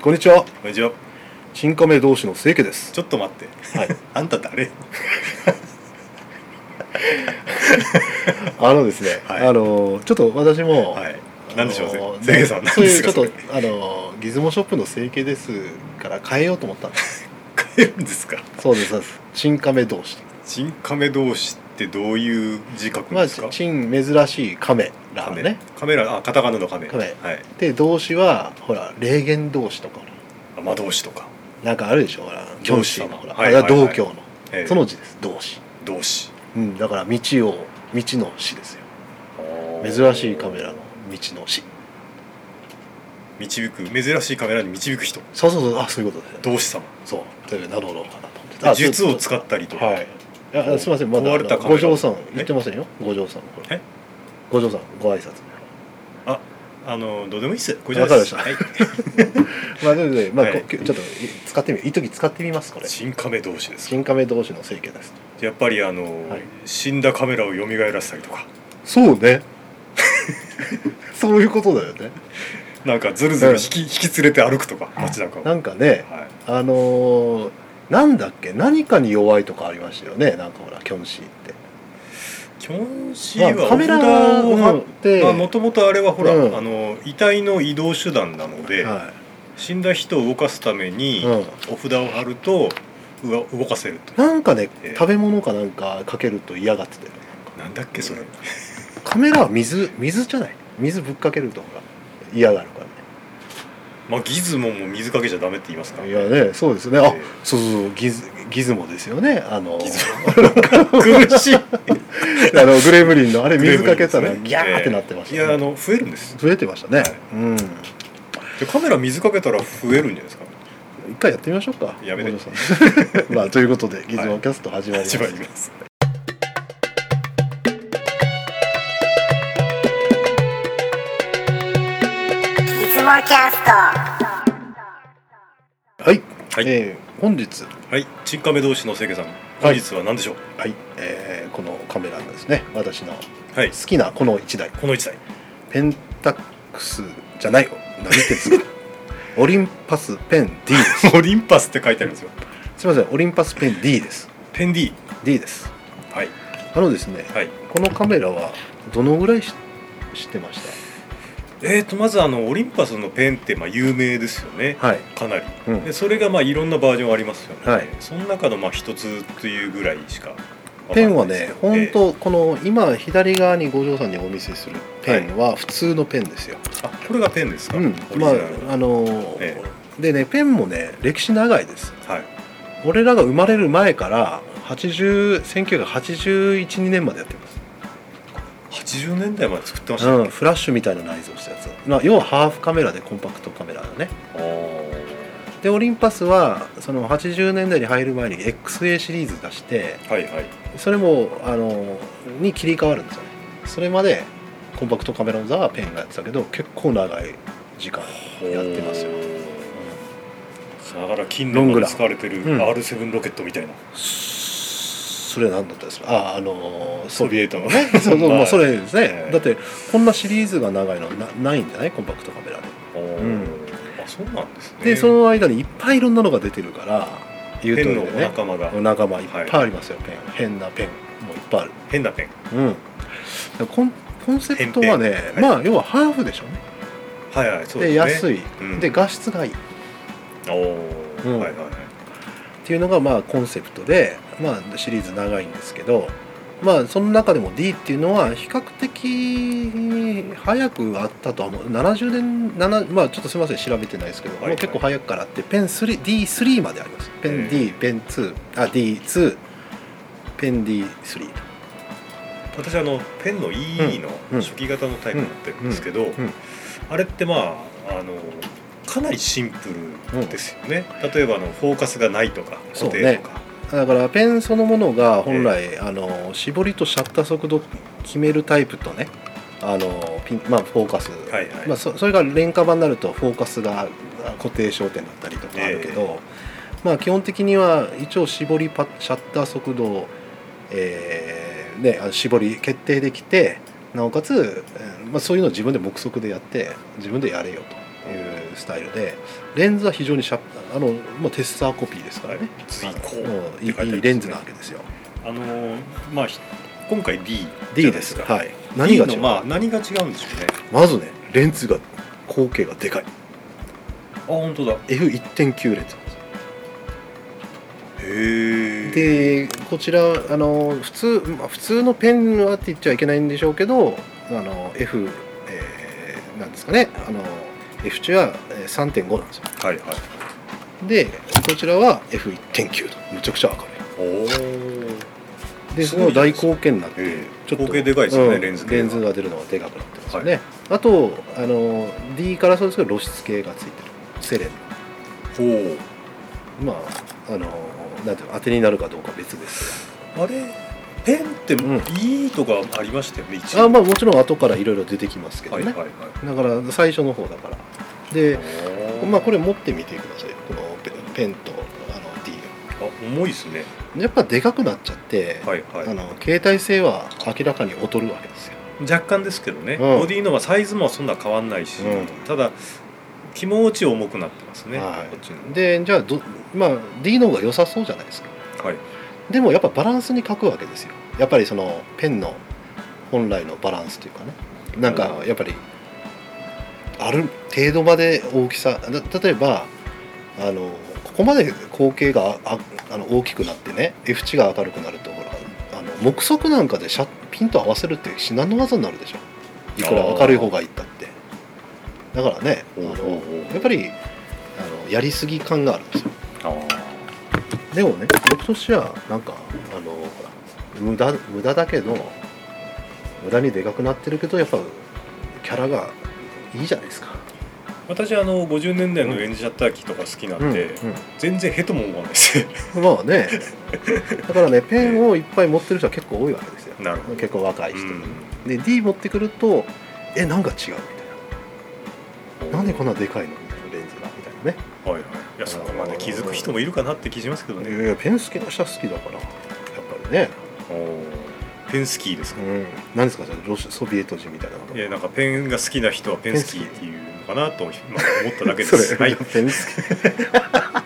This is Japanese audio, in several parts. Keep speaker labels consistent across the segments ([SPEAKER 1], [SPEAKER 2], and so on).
[SPEAKER 1] こんにちは。
[SPEAKER 2] こんにちは。
[SPEAKER 1] 新加盟同士の清家です。
[SPEAKER 2] ちょっと待って。
[SPEAKER 1] はい。
[SPEAKER 2] あんた誰
[SPEAKER 1] あのですね、
[SPEAKER 2] はい
[SPEAKER 1] あのちょっと私も、
[SPEAKER 2] はい
[SPEAKER 1] あ。の
[SPEAKER 2] なんでしょうね。せいげさん。
[SPEAKER 1] そういうちょっ
[SPEAKER 2] そ
[SPEAKER 1] と
[SPEAKER 2] れ
[SPEAKER 1] あのギズモショップの整形ですから変えようと思ったん です。
[SPEAKER 2] 変えるんですか
[SPEAKER 1] そうですそうです。新加盟同士。
[SPEAKER 2] 新亀同士ってどういう字書くん
[SPEAKER 1] まあ
[SPEAKER 2] ですか、
[SPEAKER 1] 新珍しい亀ラ
[SPEAKER 2] カ
[SPEAKER 1] ーメン
[SPEAKER 2] メ
[SPEAKER 1] ね。
[SPEAKER 2] カメラ、あ、カタカナのカメ。
[SPEAKER 1] カメ
[SPEAKER 2] はい。
[SPEAKER 1] で同士はほら霊言同士とかほら
[SPEAKER 2] あ魔同士とか。
[SPEAKER 1] なんかあるでしょほら教
[SPEAKER 2] 同
[SPEAKER 1] 師
[SPEAKER 2] 士
[SPEAKER 1] のほら、
[SPEAKER 2] はいはい
[SPEAKER 1] あ
[SPEAKER 2] はい
[SPEAKER 1] れは道教の、
[SPEAKER 2] ええ
[SPEAKER 1] その字です同士。
[SPEAKER 2] 同士。
[SPEAKER 1] うんだから道を道の士ですよ。珍しいカメラの道の士。
[SPEAKER 2] 導く、珍しいカメラに導く人。
[SPEAKER 1] そうそうそうあそういうことです、ね。
[SPEAKER 2] 同士様。
[SPEAKER 1] そう、という名乗ろうかなと思って
[SPEAKER 2] で術を使
[SPEAKER 1] っ
[SPEAKER 2] ったりとか。
[SPEAKER 1] はい。いやすみません、まだ
[SPEAKER 2] 壊れた
[SPEAKER 1] あの
[SPEAKER 2] カメ
[SPEAKER 1] 五
[SPEAKER 2] ラ
[SPEAKER 1] 条さん言ってませんよ。五条さんこれ
[SPEAKER 2] え。
[SPEAKER 1] 五条さんご挨拶。
[SPEAKER 2] あ、あの、どうでもいいっす。こ
[SPEAKER 1] わかりました
[SPEAKER 2] はい。
[SPEAKER 1] まあででまあ、
[SPEAKER 2] はい
[SPEAKER 1] こちょっと使ってみよう。一時使ってみ ますこれ。
[SPEAKER 2] 新亀同士です。
[SPEAKER 1] 新亀同士の整形です。
[SPEAKER 2] やっぱりあの、
[SPEAKER 1] はい
[SPEAKER 2] 死んだカメラを蘇らせたりとか。
[SPEAKER 1] そうね。 そういうことだよね。
[SPEAKER 2] なんかずるずる引き,、引き連れて歩くとか街中を
[SPEAKER 1] なんかね、
[SPEAKER 2] はい、
[SPEAKER 1] あのーなんだっけ何かに弱いとかありましたよね。なんかほらキョンシーって。
[SPEAKER 2] キョンシ
[SPEAKER 1] まあ
[SPEAKER 2] ーは
[SPEAKER 1] カメラを張って、
[SPEAKER 2] もともとあれはほら、
[SPEAKER 1] うん
[SPEAKER 2] あの遺体の移動手段なので、
[SPEAKER 1] は
[SPEAKER 2] 死んだ人を動かすために
[SPEAKER 1] い。うん。
[SPEAKER 2] お札を貼るとうわ動かせると
[SPEAKER 1] なんかね、
[SPEAKER 2] ええ
[SPEAKER 1] 食べ物かなんかかけると嫌がってたよ
[SPEAKER 2] なんだっけそれ
[SPEAKER 1] カメラは水水じゃない水ぶっかけるとほら嫌がるか
[SPEAKER 2] まあギズモも水かけちゃダメって言いますからら
[SPEAKER 1] ね
[SPEAKER 2] ね
[SPEAKER 1] いやねそうですねあ、
[SPEAKER 2] え
[SPEAKER 1] そうそうそうギズギズモですよねあの
[SPEAKER 2] ギズモ苦しい
[SPEAKER 1] あのグレムリンのあれ 水かけたら
[SPEAKER 2] グレムリンですね
[SPEAKER 1] ギャーってなってまし
[SPEAKER 2] い
[SPEAKER 1] た、
[SPEAKER 2] やあ
[SPEAKER 1] ね
[SPEAKER 2] の増えるんです
[SPEAKER 1] 増えてましたね、
[SPEAKER 2] はい
[SPEAKER 1] うん
[SPEAKER 2] でカメラ水かけたら増えるんじゃないですか
[SPEAKER 1] 一回やってみましょうか
[SPEAKER 2] やめて
[SPEAKER 1] 小野さんまあということ でギズモキャスト始まります、
[SPEAKER 2] 始まります
[SPEAKER 1] はい、
[SPEAKER 3] いつもキャスト
[SPEAKER 2] はい
[SPEAKER 1] えー本日
[SPEAKER 2] はいちんかめ同士のせいけさん本日は何でしょう
[SPEAKER 1] はい、えーこのカメラがですね私の好
[SPEAKER 2] はい、
[SPEAKER 1] きなこの1台
[SPEAKER 2] この一台
[SPEAKER 1] ペンタックスじゃない何鉄 がオリンパスペン D です
[SPEAKER 2] オリンパスって書いてあるんですよ。
[SPEAKER 1] すみませんオリンパスペン D です
[SPEAKER 2] ペン D。
[SPEAKER 1] D です
[SPEAKER 2] はい。
[SPEAKER 1] あのですね
[SPEAKER 2] はい。
[SPEAKER 1] このカメラはどのぐらいし知ってまし
[SPEAKER 2] えー、とまずあのオリンパスのペンってまあ有名ですよね。
[SPEAKER 1] たはい、
[SPEAKER 2] かなり。
[SPEAKER 1] うん
[SPEAKER 2] でそれがまあいろんなバージョンありますよね。
[SPEAKER 1] はい
[SPEAKER 2] その中のまあ一つというぐらいしかわかんないですけど。
[SPEAKER 1] ペンはね
[SPEAKER 2] え
[SPEAKER 1] 本
[SPEAKER 2] ー
[SPEAKER 1] 当この今左側に五条さんにお見せするペンは普通のペンですよ、
[SPEAKER 2] あこれがペンですか。
[SPEAKER 1] うん
[SPEAKER 2] オリジ
[SPEAKER 1] ま
[SPEAKER 2] ナ
[SPEAKER 1] あ
[SPEAKER 2] ルの
[SPEAKER 1] あのー
[SPEAKER 2] え
[SPEAKER 1] でねペンもね歴史長いです
[SPEAKER 2] はい。
[SPEAKER 1] 俺らが生まれる前から80 1981年までやってます
[SPEAKER 2] 八十年代まで作ってました。
[SPEAKER 1] うん、フラッシュみたいな内蔵したやつ、まあ、要はハーフカメラでコンパクトカメラだね
[SPEAKER 2] おー
[SPEAKER 1] でオリンパスはその80年代に入る前に XA シリーズ出して
[SPEAKER 2] はいはい。
[SPEAKER 1] それもあのに切り替わるんですよねそれまでコンパクトカメラの座はペンがやってたけど結構長い時間やってますよ
[SPEAKER 2] おー。だから近
[SPEAKER 1] ロン
[SPEAKER 2] 年
[SPEAKER 1] グラ
[SPEAKER 2] まで
[SPEAKER 1] ン
[SPEAKER 2] 使われてる
[SPEAKER 1] うん
[SPEAKER 2] R7 ロケットみたいな、
[SPEAKER 1] それ何だったんですかああの
[SPEAKER 2] ソビ
[SPEAKER 1] エ
[SPEAKER 2] エトの
[SPEAKER 1] トねそうそうまあそれですね、
[SPEAKER 2] はい
[SPEAKER 1] だってこんなシリーズが長いのなないんじゃないコンパクトカメラで
[SPEAKER 2] おー
[SPEAKER 1] うん
[SPEAKER 2] あそうなんですね
[SPEAKER 1] でその間にいっぱいいろんなのが出てるから言うと
[SPEAKER 2] ペ
[SPEAKER 1] り
[SPEAKER 2] ン
[SPEAKER 1] で
[SPEAKER 2] のお
[SPEAKER 1] ね
[SPEAKER 2] 仲間が
[SPEAKER 1] お仲間いっぱいありますよ、ペン変なペンもいっぱいある
[SPEAKER 2] 変なペン
[SPEAKER 1] うんコンコンセプトはね、
[SPEAKER 2] ペン
[SPEAKER 1] まあ要はハーフでしょうね
[SPEAKER 2] はいはいそう
[SPEAKER 1] で
[SPEAKER 2] ですね
[SPEAKER 1] 安い、
[SPEAKER 2] うん
[SPEAKER 1] で画質がいいっ
[SPEAKER 2] おー
[SPEAKER 1] うん
[SPEAKER 2] はいはいはい
[SPEAKER 1] ていうのがまあコンセプトで、まあ、シリーズ長いんですけどまあその中でも D っていうのは比較的早くあったとは思う70年7まあちょっとすみません調べてないですけど、
[SPEAKER 2] はいはい
[SPEAKER 1] もう結構早くからあってペン 3D3 までありますペン D ペン2あ D2 ペン D3 と
[SPEAKER 2] 私あのペンの EE の
[SPEAKER 1] うん
[SPEAKER 2] 初期型のタイプ持ってるんですけど、
[SPEAKER 1] んうん
[SPEAKER 2] あれってまああのかなりシンプルですよね、例えばあのフォーカスがないとか
[SPEAKER 1] そう
[SPEAKER 2] 固
[SPEAKER 1] ね
[SPEAKER 2] 定とか、
[SPEAKER 1] だからペンそのものが本来、あの絞りとシャッター速度決めるタイプとねあのピン、まあ、フォーカス、
[SPEAKER 2] はいはい、
[SPEAKER 1] まあ、そそれが廉価版になるとフォーカスがあ固定焦点だったりとかあるけど、まあ、基本的には一応絞りパシャッター速度を、えーね、あの絞り決定できてなおかつ、えーまあ、そういうのを自分で目測でやって自分でやれよと。いうスタイルでレンズは非常にシャープあの、まあ、テッサーコピーですからね、
[SPEAKER 2] ツイコ
[SPEAKER 1] もう
[SPEAKER 2] ー
[SPEAKER 1] いいいいレンズなわけですよ
[SPEAKER 2] あのーまあひ今回 D じ
[SPEAKER 1] D
[SPEAKER 2] ゃな
[SPEAKER 1] で
[SPEAKER 2] いです
[SPEAKER 1] す
[SPEAKER 2] か
[SPEAKER 1] はい何が違
[SPEAKER 2] D
[SPEAKER 1] う、
[SPEAKER 2] のまあ何が違うんでしょうね
[SPEAKER 1] まずねレンズが口径がでかい
[SPEAKER 2] あ本当だ
[SPEAKER 1] F1.9 レンズなんですよ
[SPEAKER 2] へえ
[SPEAKER 1] でこちらあの普通、まあ、普通のペンはって言っちゃいけないんでしょうけどあの F、えーなんですかねあの F 値はえー3.5なんですよ
[SPEAKER 2] はいはい
[SPEAKER 1] でこちらは F1.9 とむちゃくちゃ明る
[SPEAKER 2] おお
[SPEAKER 1] いですそ
[SPEAKER 2] ご
[SPEAKER 1] の
[SPEAKER 2] い
[SPEAKER 1] 大口径になって
[SPEAKER 2] ええ
[SPEAKER 1] ちょっと
[SPEAKER 2] 口径でかいですよね
[SPEAKER 1] うん
[SPEAKER 2] レンズ系
[SPEAKER 1] レ
[SPEAKER 2] は
[SPEAKER 1] ンズが出るのがでかくなってますよね、あとあの D からそうですけど露出系がついてるセレン
[SPEAKER 2] ほ
[SPEAKER 1] まああのなんていうの当てになるかどうかは別です
[SPEAKER 2] うあれペンって
[SPEAKER 1] うん
[SPEAKER 2] B とかありましたよね一
[SPEAKER 1] あまあもちろん後からいろいろ出てきますけど
[SPEAKER 2] はい
[SPEAKER 1] ね、
[SPEAKER 2] はいはい
[SPEAKER 1] だから最初の方だからで、
[SPEAKER 2] おー
[SPEAKER 1] まあ、これ持ってみてくださいこのペペンとあの D
[SPEAKER 2] あ重いですね
[SPEAKER 1] をやっぱでかくなっちゃって、
[SPEAKER 2] はい
[SPEAKER 1] あ
[SPEAKER 2] は
[SPEAKER 1] の携帯性は明らかに劣るわけですよ
[SPEAKER 2] い若干ですけどね、
[SPEAKER 1] ん
[SPEAKER 2] ボディのはサイズもそんな変わんないし、
[SPEAKER 1] うん
[SPEAKER 2] ただ気持ち重くなってますね、
[SPEAKER 1] はい
[SPEAKER 2] こっちの
[SPEAKER 1] でじゃあど、まあ、D の方が良さそうじゃないですか
[SPEAKER 2] はい
[SPEAKER 1] でもやっぱバランスに欠くわけですよやっぱりそのペンの本来のバランスというかねなんかやっぱりある程度まで大きさだ例えばあのここまで口径がああの大きくなってね F 値が明るくなるとほらあの目測なんかでシャピンと合わせるって至難の技になるでしょいくら明るい方がいいったってだからねあ
[SPEAKER 2] おうおうおう
[SPEAKER 1] のやっぱりあのやりすぎ感があるんですよ
[SPEAKER 2] あ
[SPEAKER 1] でもね僕としてはなんかあのほら無駄無駄だけど無駄にでかくなってるけどやっぱキャラがいいじゃないですか。
[SPEAKER 2] 私あの50年代のエンジシャッター機とか好きなんで、全然ヘとも思わないです
[SPEAKER 1] うんまあねだからねペンをいっぱい持ってる人は結構多いわけですよ
[SPEAKER 2] なるほど
[SPEAKER 1] 結構若いう人、
[SPEAKER 2] ん
[SPEAKER 1] で D 持ってくるとえなんか違うみたいななんでこんなでかいのみたいなレンズがみたいなね
[SPEAKER 2] はいはい、いやそこまで気づく人もいるかなって気しますけどね、
[SPEAKER 1] いやいやペン好きな人は好きだからやっぱりね、
[SPEAKER 2] ペンスキーですか、
[SPEAKER 1] うん、何ですかそれロシソビエト人みたいなこと
[SPEAKER 2] いやなんかペンが好きな人はペンスキーっていうのかなと、まあ、思っただけ で
[SPEAKER 1] そ
[SPEAKER 2] す
[SPEAKER 1] れ、
[SPEAKER 2] はい
[SPEAKER 1] ペンスキー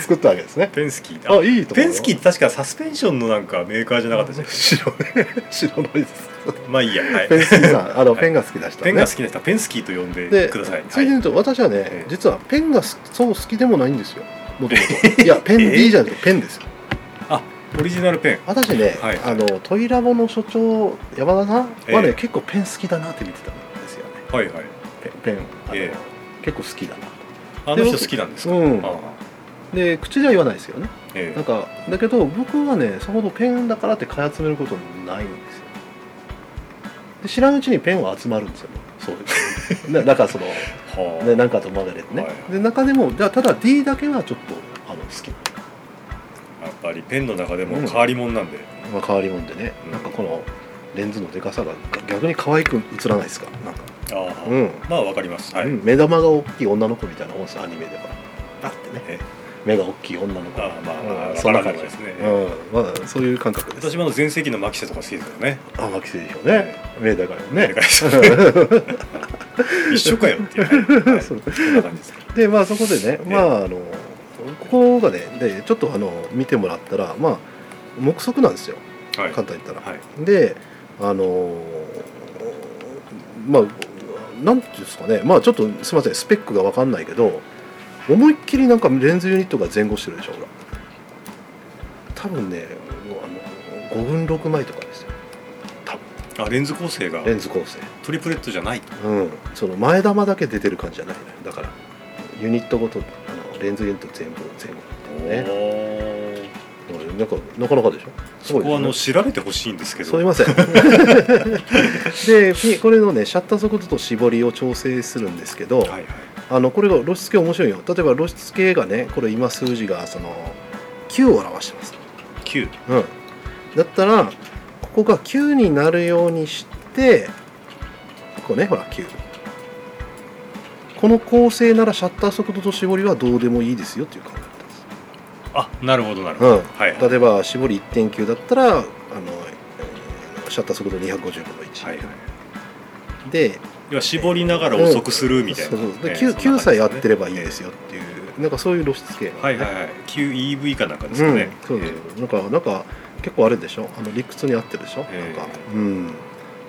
[SPEAKER 1] 作ったわけですね
[SPEAKER 2] ペンスキー
[SPEAKER 1] あ
[SPEAKER 2] あ
[SPEAKER 1] いいと思う
[SPEAKER 2] ペンスキーって確かサスペンションのなんかメーカーじゃなかったじゃないです
[SPEAKER 1] 白ね白の です
[SPEAKER 2] かまあいいや、はい、
[SPEAKER 1] ペンスキーさんあの、
[SPEAKER 2] はい
[SPEAKER 1] ペンが好きな人はね
[SPEAKER 2] ペンが好きな人はペンスキーと呼んで
[SPEAKER 1] で
[SPEAKER 2] ください
[SPEAKER 1] ついでに言
[SPEAKER 2] は
[SPEAKER 1] うと、私はね、
[SPEAKER 2] ええ
[SPEAKER 1] 実はペンがすそう好きでもないんですよもともといやペン D じゃなくてペンですよ
[SPEAKER 2] い、オリジナルペン
[SPEAKER 1] 私ね、
[SPEAKER 2] はい
[SPEAKER 1] あのトイラボの所長山田さんはね、
[SPEAKER 2] ええ
[SPEAKER 1] 結構ペン好きだなって見てたんですよね
[SPEAKER 2] はいはい
[SPEAKER 1] ペンペンあの、
[SPEAKER 2] ええ
[SPEAKER 1] 結構好きだな
[SPEAKER 2] あの人好きなんですか、
[SPEAKER 1] うん
[SPEAKER 2] ああ
[SPEAKER 1] で口では言わないですよね
[SPEAKER 2] え
[SPEAKER 1] なんかだけど僕はねそほどペンだからって買い集めることないんですよで知らんうちにペンは集まるんですよねそう ですねななんかその、
[SPEAKER 2] えはあ
[SPEAKER 1] ね、なんかと流れてね、
[SPEAKER 2] はいはい
[SPEAKER 1] で中でもじゃあただ D だけはちょっとあの好き、
[SPEAKER 2] やっぱりペンの中でも変わり者なんで、
[SPEAKER 1] まあ、変わりもんでね、
[SPEAKER 2] うん
[SPEAKER 1] なんかこのレンズのでかさが逆に可愛く映らないですかなんか、
[SPEAKER 2] ああ、
[SPEAKER 1] うん
[SPEAKER 2] まあわかりますはい、
[SPEAKER 1] うん目玉が大きい女の子みたいなもんですアニメではだってね
[SPEAKER 2] え
[SPEAKER 1] 目が大きい女の子
[SPEAKER 2] ああまあま
[SPEAKER 1] う
[SPEAKER 2] あ
[SPEAKER 1] ん
[SPEAKER 2] わ
[SPEAKER 1] そ
[SPEAKER 2] か
[SPEAKER 1] んな
[SPEAKER 2] らな
[SPEAKER 1] 感
[SPEAKER 2] い
[SPEAKER 1] じ
[SPEAKER 2] ですね、
[SPEAKER 1] うんまあ、そういう感覚です
[SPEAKER 2] 私もあの全盛期のマキセとか好きです よね
[SPEAKER 1] 天木製でしょうね目だからね
[SPEAKER 2] だから一緒かよっていう、はい、
[SPEAKER 1] そ
[SPEAKER 2] そううな感じです
[SPEAKER 1] でまあそこでね、
[SPEAKER 2] え
[SPEAKER 1] まああのここがねでちょっとあの見てもらったらまあ目測なんですよ
[SPEAKER 2] はい
[SPEAKER 1] 簡単に言ったら。
[SPEAKER 2] はい
[SPEAKER 1] であのまあなんていうんですかねまあちょっとすみませんスペックが分かんないけど思いっきりなんかレンズユニットが前後してるでしょほら多分ねあの5分6枚とかですよ
[SPEAKER 2] あレンズ構成が
[SPEAKER 1] レンズ構成。
[SPEAKER 2] トリプレットじゃないと
[SPEAKER 1] うん、その前玉だけ出てる感じじゃないのよだからユニットごとあのレンズユニット全部全部ね
[SPEAKER 2] おー
[SPEAKER 1] なんかなかなかでしょす
[SPEAKER 2] そ
[SPEAKER 1] ごい
[SPEAKER 2] こはあの
[SPEAKER 1] ですね
[SPEAKER 2] 知られてほしいんですけど
[SPEAKER 1] すいませんで ピこれのねシャッター速度と絞りを調整するんですけど、
[SPEAKER 2] はいはい
[SPEAKER 1] あのこれが露出系面白いよ例えば露出系がねこれ今数字がその9を表してます、
[SPEAKER 2] 9
[SPEAKER 1] うん、だったらここが9になるようにしてこうねほら9この構成ならシャッター速度と絞りはどうでもいいですよっていう考え方です
[SPEAKER 2] あなるほどなるほど、
[SPEAKER 1] うん
[SPEAKER 2] はいはい
[SPEAKER 1] 例えば絞り1.9だったらあのえーシャッター速度250分の1、
[SPEAKER 2] はいはい
[SPEAKER 1] で
[SPEAKER 2] 要は絞りながら遅くするみたいな、
[SPEAKER 1] そうそうで
[SPEAKER 2] ええ
[SPEAKER 1] 9,
[SPEAKER 2] そん
[SPEAKER 1] 9
[SPEAKER 2] な感
[SPEAKER 1] 歳
[SPEAKER 2] じ
[SPEAKER 1] やっ
[SPEAKER 2] ですね
[SPEAKER 1] てればいいですよっていうなんかそういう露出系
[SPEAKER 2] はいはいはい QEV かなんかです
[SPEAKER 1] う
[SPEAKER 2] か
[SPEAKER 1] ん
[SPEAKER 2] ね、
[SPEAKER 1] そうですなんかなんか結構あれでしょあの理屈に合ってるでしょ、
[SPEAKER 2] ええ
[SPEAKER 1] なんかうん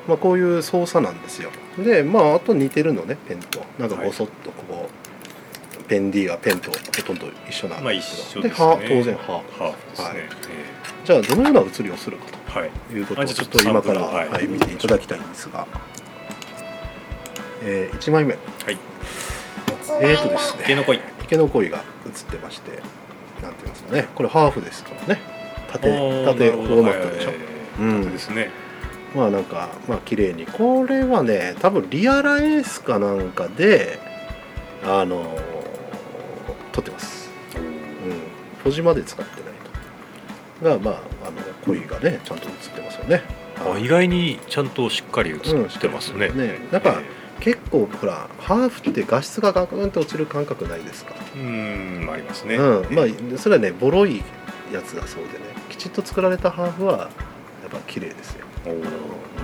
[SPEAKER 1] まあこういう操作なんですよでまああと似てるのねペンとなんかごそっとここ、ペン D はペンとほとんど一緒なん
[SPEAKER 2] まあ
[SPEAKER 1] で
[SPEAKER 2] 一
[SPEAKER 1] すけ
[SPEAKER 2] 緒
[SPEAKER 1] ど、
[SPEAKER 2] です
[SPEAKER 1] は
[SPEAKER 2] ね
[SPEAKER 1] 当然は
[SPEAKER 2] ハーフですね、
[SPEAKER 1] はい
[SPEAKER 2] え
[SPEAKER 1] じゃあどのような写りをするか
[SPEAKER 2] えはい
[SPEAKER 1] ということを
[SPEAKER 2] あじ
[SPEAKER 1] ち
[SPEAKER 2] ゃ
[SPEAKER 1] ょ
[SPEAKER 2] あ
[SPEAKER 1] っと
[SPEAKER 2] ちょっと
[SPEAKER 1] 今から、
[SPEAKER 2] サンプル
[SPEAKER 1] はい
[SPEAKER 2] をはい
[SPEAKER 1] 見ていただきたいんですが、えー、1枚目
[SPEAKER 2] はい
[SPEAKER 1] えーとです
[SPEAKER 2] 芸
[SPEAKER 1] ね
[SPEAKER 2] の恋
[SPEAKER 1] 池の鯉が写ってましてなんて言いますかねこれハーフですからね縦
[SPEAKER 2] あー
[SPEAKER 1] 縦
[SPEAKER 2] な
[SPEAKER 1] フ
[SPEAKER 2] るほ
[SPEAKER 1] ォー
[SPEAKER 2] ど
[SPEAKER 1] マットでしょ、
[SPEAKER 2] はいはい
[SPEAKER 1] うん
[SPEAKER 2] はい縦ですね
[SPEAKER 1] まあなんかまあ綺麗にこれはね多分リアラエースかなんかであのー撮ってます、うん、ポジまで使ってないとがまああの鯉がねちゃんと写ってますよね
[SPEAKER 2] あ意外にちゃんとしっかり映
[SPEAKER 1] うん
[SPEAKER 2] ってますね,、
[SPEAKER 1] ねなんか結構ほらハーフって画質がガクンと落ちる感覚ないですか
[SPEAKER 2] えーうんありますね、
[SPEAKER 1] うん、ま
[SPEAKER 2] あ
[SPEAKER 1] あそれはねボロいやつがそうでねきちっと作られたハーフはやっぱ綺麗ですよ
[SPEAKER 2] はいは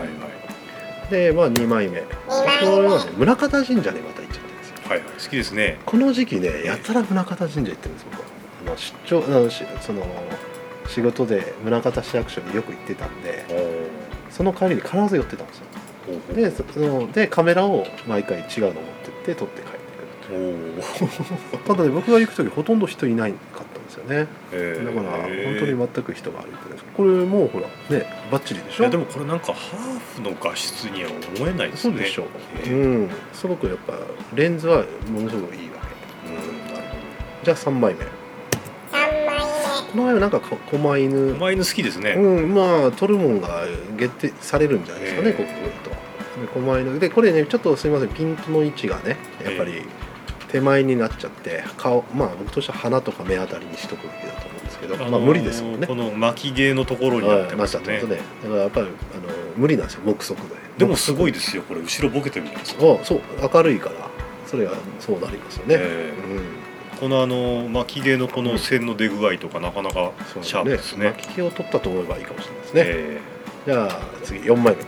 [SPEAKER 2] い
[SPEAKER 1] でまあ2枚目こ
[SPEAKER 3] 枚目
[SPEAKER 1] れはね宗像神社にまた行っちゃってるんですよ
[SPEAKER 2] はいはい好きですね
[SPEAKER 1] この時期ねやたら宗像神社行ってるんです僕はあの出張あのしその仕事で宗像市役所によく行ってたんで
[SPEAKER 2] お
[SPEAKER 1] その帰りに必ず寄ってたんですよ
[SPEAKER 2] お
[SPEAKER 1] でそのでカメラを毎回違うの持ってって撮って帰ってく
[SPEAKER 2] お
[SPEAKER 1] る
[SPEAKER 2] お、
[SPEAKER 1] ただね僕が行く時ほとんど人いないかったんですよね
[SPEAKER 2] え
[SPEAKER 1] だ
[SPEAKER 2] ー
[SPEAKER 1] から本
[SPEAKER 2] えー
[SPEAKER 1] 当に全く人が歩いてないですこれもうほらねバッチリでし
[SPEAKER 2] い
[SPEAKER 1] ょ
[SPEAKER 2] やでもこれなんかハーフの画質には思えないです
[SPEAKER 1] そう
[SPEAKER 2] ね
[SPEAKER 1] でしょう、
[SPEAKER 2] えー
[SPEAKER 1] うんすごくやっぱレンズはものすごくいいわけ、
[SPEAKER 2] うんなるほ
[SPEAKER 1] じゃあ3枚目この前はなんかこ狛
[SPEAKER 2] ど
[SPEAKER 1] 犬
[SPEAKER 2] 狛犬好きですね、
[SPEAKER 1] うんまあ取るもんが限定されるんじゃないですかね、
[SPEAKER 2] えー
[SPEAKER 1] ここで狛犬でこれねちょっとすみませんピントの位置がねやっぱり手前になっちゃって顔まあ僕としては鼻とか目あたりにしとくべきだと思うんですけど、
[SPEAKER 2] あのー
[SPEAKER 1] まあ無理ですもんね
[SPEAKER 2] この巻き毛のところになってます
[SPEAKER 1] はい
[SPEAKER 2] ね
[SPEAKER 1] なっちゃったんですねだからやっぱりあの無理なんですよ目測で
[SPEAKER 2] でもすごいですよこれ後ろボケてるじゃないですか、
[SPEAKER 1] あそう明るいからそれはそうなりますよね、
[SPEAKER 2] えーこのあの巻き毛のこの線の出具合とかなかなか
[SPEAKER 1] うん
[SPEAKER 2] シャープですね
[SPEAKER 1] 巻き毛を取ったと思えばいいかもしれないですね、
[SPEAKER 2] え
[SPEAKER 1] じゃあ次4枚目こ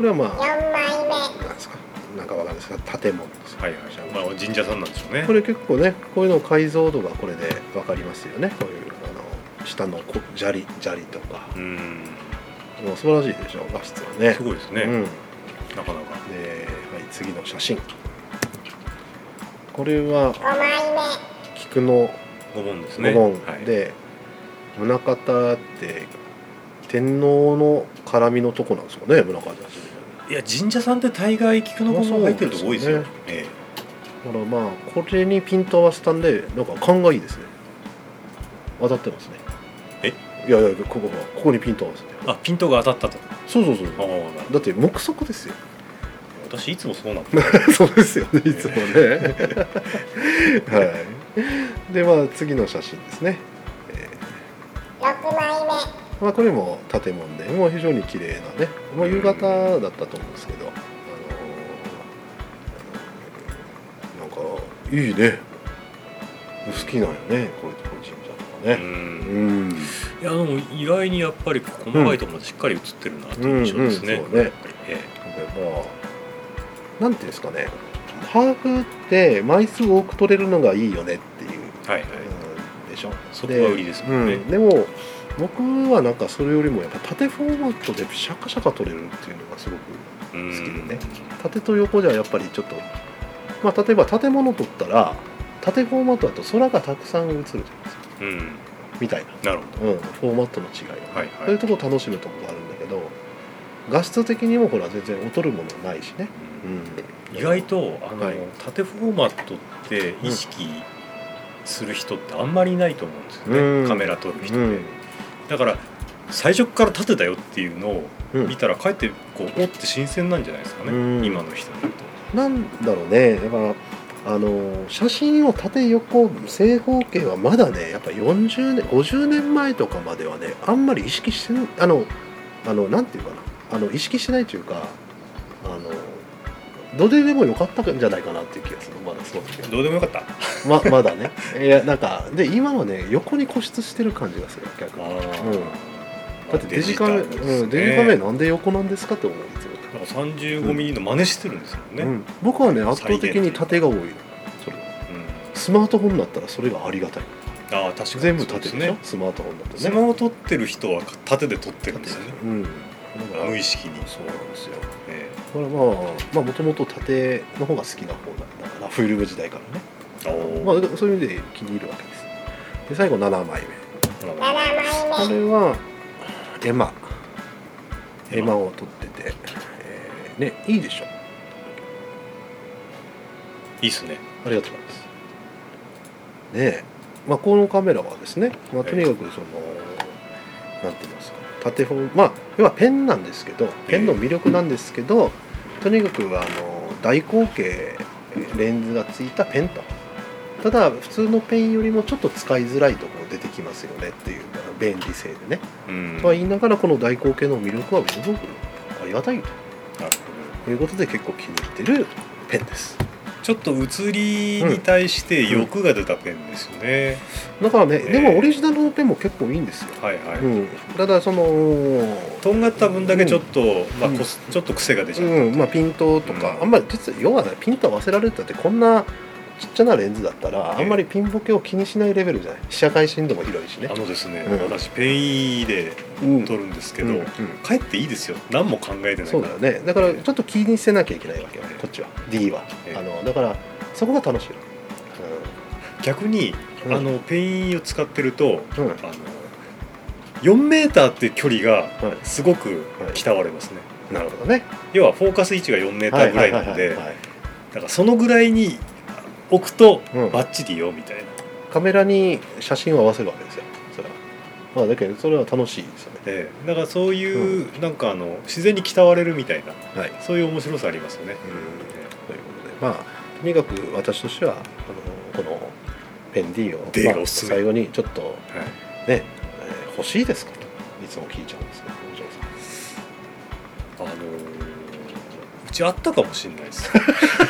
[SPEAKER 1] れはま
[SPEAKER 3] 4枚目
[SPEAKER 1] あなんですかなんかわかんないですが建物です
[SPEAKER 2] ーはいはいまあ神社さんなんでしょうね
[SPEAKER 1] これ結構ねこういうの解像度がこれで分かりますよねこういうあの下のこ砂利砂利とか
[SPEAKER 2] うん
[SPEAKER 1] もう素晴らしいでしょ画質はね
[SPEAKER 2] すごいです
[SPEAKER 1] う
[SPEAKER 2] ね、
[SPEAKER 1] ん
[SPEAKER 2] なかな
[SPEAKER 1] で、
[SPEAKER 2] か
[SPEAKER 1] はい、次の写真これは
[SPEAKER 3] 5枚目
[SPEAKER 1] 菊の
[SPEAKER 2] 5問ですね
[SPEAKER 1] 御門
[SPEAKER 2] はい、
[SPEAKER 1] で宗像って天皇の絡みのとこなんですよね宗像神社
[SPEAKER 2] いや神社さんって大概菊の御門入ってるとこ多いですよ
[SPEAKER 1] そう
[SPEAKER 2] え
[SPEAKER 1] だからまあこれにピント合わせたんでなんか勘がいいですね当たってますねいやいやここここにピント合わせて
[SPEAKER 2] えあピントが当たったと
[SPEAKER 1] そうそうそう
[SPEAKER 2] ああ
[SPEAKER 1] そう
[SPEAKER 2] なるほ
[SPEAKER 1] だ
[SPEAKER 2] ど
[SPEAKER 1] って目測ですよ
[SPEAKER 2] 私いつもそうなんだ
[SPEAKER 1] そうですよねいつもねはいでまあ次の写真ですね、えー
[SPEAKER 3] 6枚目
[SPEAKER 1] まあ、これも建物でもう非常に綺麗なねもう夕方だったと思うんですけど、あのーなんかいいね好きなんよねこういうとこ神社とか
[SPEAKER 2] う
[SPEAKER 1] ねうんん、
[SPEAKER 2] いやでも意外にやっぱり細かいところまでしっかり映ってるなという印象ですね。
[SPEAKER 1] うんうんそうね
[SPEAKER 2] え
[SPEAKER 1] まあなんていうんですかねハーフって枚数多く取れるのがいいよねっていう、
[SPEAKER 2] えはいはい。
[SPEAKER 1] うんでしょ
[SPEAKER 2] そこが売りですもんね
[SPEAKER 1] うん、でも僕はなんかそれよりもやっぱ縦フォーマットでシャカシャカ取れるっていうのがすごく
[SPEAKER 2] うん
[SPEAKER 1] 好きでね縦と横じゃやっぱりちょっと、まあ、例えば建物撮ったら縦フォーマットだと空がたくさん映るじゃないですか
[SPEAKER 2] うん。
[SPEAKER 1] みたいな、
[SPEAKER 2] なるほ
[SPEAKER 1] うん、フォーマットの違いは、
[SPEAKER 2] はいはい
[SPEAKER 1] そういうところ楽しむところがあるんだけど画質的にもほら全然劣るものないしね、
[SPEAKER 2] ど。意外とあの、
[SPEAKER 1] はい
[SPEAKER 2] 縦フォーマットって意識する人ってあんまりいないと思うんですよね。
[SPEAKER 1] うん
[SPEAKER 2] カメラ撮る人
[SPEAKER 1] う
[SPEAKER 2] で、
[SPEAKER 1] ん
[SPEAKER 2] だから最初から縦だよっていうのを
[SPEAKER 1] うん
[SPEAKER 2] 見たらかえってこうおって新鮮なんじゃないですかね。
[SPEAKER 1] うん
[SPEAKER 2] 今の人にとって。
[SPEAKER 1] なんだろうねだからあの写真を縦横正方形はまだねやっぱ40年50年前とかまではねあんまり意識してんあのあのなんていうかなあの意識してないというかあのどれでもよかったんじゃないかなっていう気がするまだそうですけ
[SPEAKER 2] どうでもよかった。
[SPEAKER 1] どままだねいやなんかで今はね横に固執してる感じがする逆にだ
[SPEAKER 2] あー
[SPEAKER 1] ってデジカメ、
[SPEAKER 2] まあ
[SPEAKER 1] うん、デジカメ
[SPEAKER 2] ね
[SPEAKER 1] なんで横なんですかって思うんですよ
[SPEAKER 2] なんか35ミリの真似してるんですよね、
[SPEAKER 1] うん、僕はね圧倒的に縦が多いそれ
[SPEAKER 2] うん
[SPEAKER 1] スマートフォンだったらそれがありがたい
[SPEAKER 2] ああ確かにそう
[SPEAKER 1] 全部縦でしょ
[SPEAKER 2] すね
[SPEAKER 1] スマートフォンだとね
[SPEAKER 2] スマを撮ってる人は縦で撮ってるんですよね
[SPEAKER 1] うんだから
[SPEAKER 2] 無意識に、
[SPEAKER 1] そうなんですよ
[SPEAKER 2] え
[SPEAKER 1] これはまあもともと縦の方が好きな方なんだからフィルム時代からね、
[SPEAKER 2] えお
[SPEAKER 1] ま
[SPEAKER 2] ー
[SPEAKER 1] あ、そういう意味で気に入るわけですで最後7枚目
[SPEAKER 2] なるほ
[SPEAKER 3] 7枚
[SPEAKER 1] こ
[SPEAKER 3] 目
[SPEAKER 1] れはエマ
[SPEAKER 2] エ
[SPEAKER 1] エ
[SPEAKER 2] マ
[SPEAKER 1] マを取ってて、えーねいいでしょ
[SPEAKER 2] どいいっすね
[SPEAKER 1] ありがとうございますねえ、まあ、このカメラはですね、まあ、とにかくその、なんて言いますか縦方まあ要はペンなんですけどペンの魅力なんですけど、とにかくあの大口径レンズがついたペンとただ普通のペンよりもちょっと使いづらいところ出てきますよねっていうあの便利性でね
[SPEAKER 2] うん
[SPEAKER 1] とは言いながらこの大口径の魅力はものすごくありがたい
[SPEAKER 2] なる
[SPEAKER 1] ということで結構気に入ってるペンです
[SPEAKER 2] ほどちょっと写りに対して欲が出たペンですよね、
[SPEAKER 1] だからね、
[SPEAKER 2] ええ
[SPEAKER 1] でもオリジナルのペンも結構いいんですよ、
[SPEAKER 2] はいはい、
[SPEAKER 1] うん、ただその
[SPEAKER 2] とんがった分だけちょっと、まあ
[SPEAKER 1] うん
[SPEAKER 2] こすちょっと癖が出ちゃう、
[SPEAKER 1] うんまあ、ピントとか、
[SPEAKER 2] うん
[SPEAKER 1] あんまり実は要はねピント合わせられるってだってこんなちっちゃなレンズだったら
[SPEAKER 2] え
[SPEAKER 1] あ
[SPEAKER 2] え
[SPEAKER 1] んまりピンボケを気にしないレベルじゃない被写界深度も広いしね
[SPEAKER 2] あ、のですね、
[SPEAKER 1] うん
[SPEAKER 2] 私ペン E で
[SPEAKER 1] うん
[SPEAKER 2] 撮るんですけど、
[SPEAKER 1] うんうん
[SPEAKER 2] かえっていいですよ何も考えてないか
[SPEAKER 1] そうだ
[SPEAKER 2] ら
[SPEAKER 1] よねだからちょっと気にせなきゃいけないわけよ
[SPEAKER 2] ええ
[SPEAKER 1] こっちは D は、
[SPEAKER 2] ええ
[SPEAKER 1] あのだからそこが楽しい、
[SPEAKER 2] 逆に、
[SPEAKER 1] うん
[SPEAKER 2] あのペン E を使ってると
[SPEAKER 1] うんうん
[SPEAKER 2] あの4メーターっていう距離が
[SPEAKER 1] はい
[SPEAKER 2] すごくきたわれますね、
[SPEAKER 1] なるほどね
[SPEAKER 2] 要はフォーカス位置が4メーターぐらいなの
[SPEAKER 1] は
[SPEAKER 2] で
[SPEAKER 1] はははい
[SPEAKER 2] だからそのぐらいに置くと
[SPEAKER 1] うん
[SPEAKER 2] バッチリよみたいな、
[SPEAKER 1] カメラに写真を合わせるわけですよそれはまあだけどそれは楽しいですよね
[SPEAKER 2] ええだからそういう、なんかあの自然にきたわれるみたいな
[SPEAKER 1] はい
[SPEAKER 2] そういう面白さありますよね、
[SPEAKER 1] ということでまあとにかく私としてはあのこのペン D を、
[SPEAKER 2] D
[SPEAKER 1] ま
[SPEAKER 2] が
[SPEAKER 1] あ
[SPEAKER 2] おすすめ
[SPEAKER 1] 最後にちょっとね、
[SPEAKER 2] はい
[SPEAKER 1] えー欲しいですかといつも聞いちゃうんですけどお嬢さん
[SPEAKER 2] あのーうちあったかもしれないです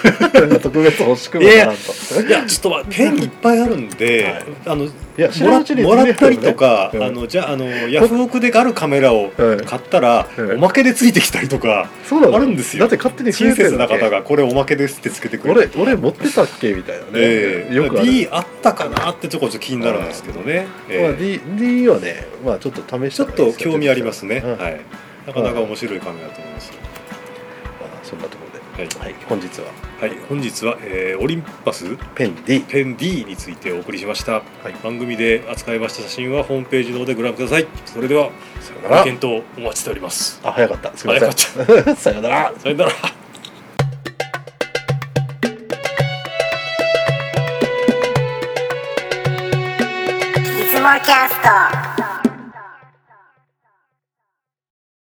[SPEAKER 1] 特別欲しくもならんと。
[SPEAKER 2] いやちょっとまあペンいっぱいあるんで、
[SPEAKER 1] はい
[SPEAKER 2] あの
[SPEAKER 1] いや
[SPEAKER 2] もらもらったりとか、
[SPEAKER 1] うん
[SPEAKER 2] あのじゃああのヤフオクであるカメラを
[SPEAKER 1] うん
[SPEAKER 2] 買ったら、
[SPEAKER 1] うん
[SPEAKER 2] おまけでついてきたりとか、
[SPEAKER 1] そうなの
[SPEAKER 2] あるんですよ
[SPEAKER 1] だって勝手に増え
[SPEAKER 2] 親
[SPEAKER 1] てる
[SPEAKER 2] 切
[SPEAKER 1] だ
[SPEAKER 2] な
[SPEAKER 1] け
[SPEAKER 2] 方がこれおまけですってつけてくれ
[SPEAKER 1] 俺
[SPEAKER 2] る
[SPEAKER 1] 俺持ってたっけみたいなね、
[SPEAKER 2] ええ
[SPEAKER 1] よくある、
[SPEAKER 2] D あったかなってちょこちょこ気になるんですけどね、え
[SPEAKER 1] まあ、
[SPEAKER 2] え
[SPEAKER 1] D, D はね、まあ、ちょっと試し
[SPEAKER 2] ち
[SPEAKER 1] た
[SPEAKER 2] ょっと興味ありますね、
[SPEAKER 1] うん
[SPEAKER 2] はいなかなか面白いカメラだと思います、
[SPEAKER 1] まあ、そんなところ
[SPEAKER 2] はい
[SPEAKER 1] で、はい、本日は
[SPEAKER 2] はい、本日は、えーオリンパス
[SPEAKER 1] ペン D
[SPEAKER 2] ペン D についてお送りしました、
[SPEAKER 1] はい
[SPEAKER 2] 番組で扱いました写真はホームページの方でご覧くださいそれでは
[SPEAKER 1] さよな
[SPEAKER 2] ご
[SPEAKER 1] ら
[SPEAKER 2] 検討お待ちしております
[SPEAKER 1] あ早かったすみません
[SPEAKER 2] 早
[SPEAKER 1] さよなら
[SPEAKER 2] さよなら
[SPEAKER 3] いつもキャスト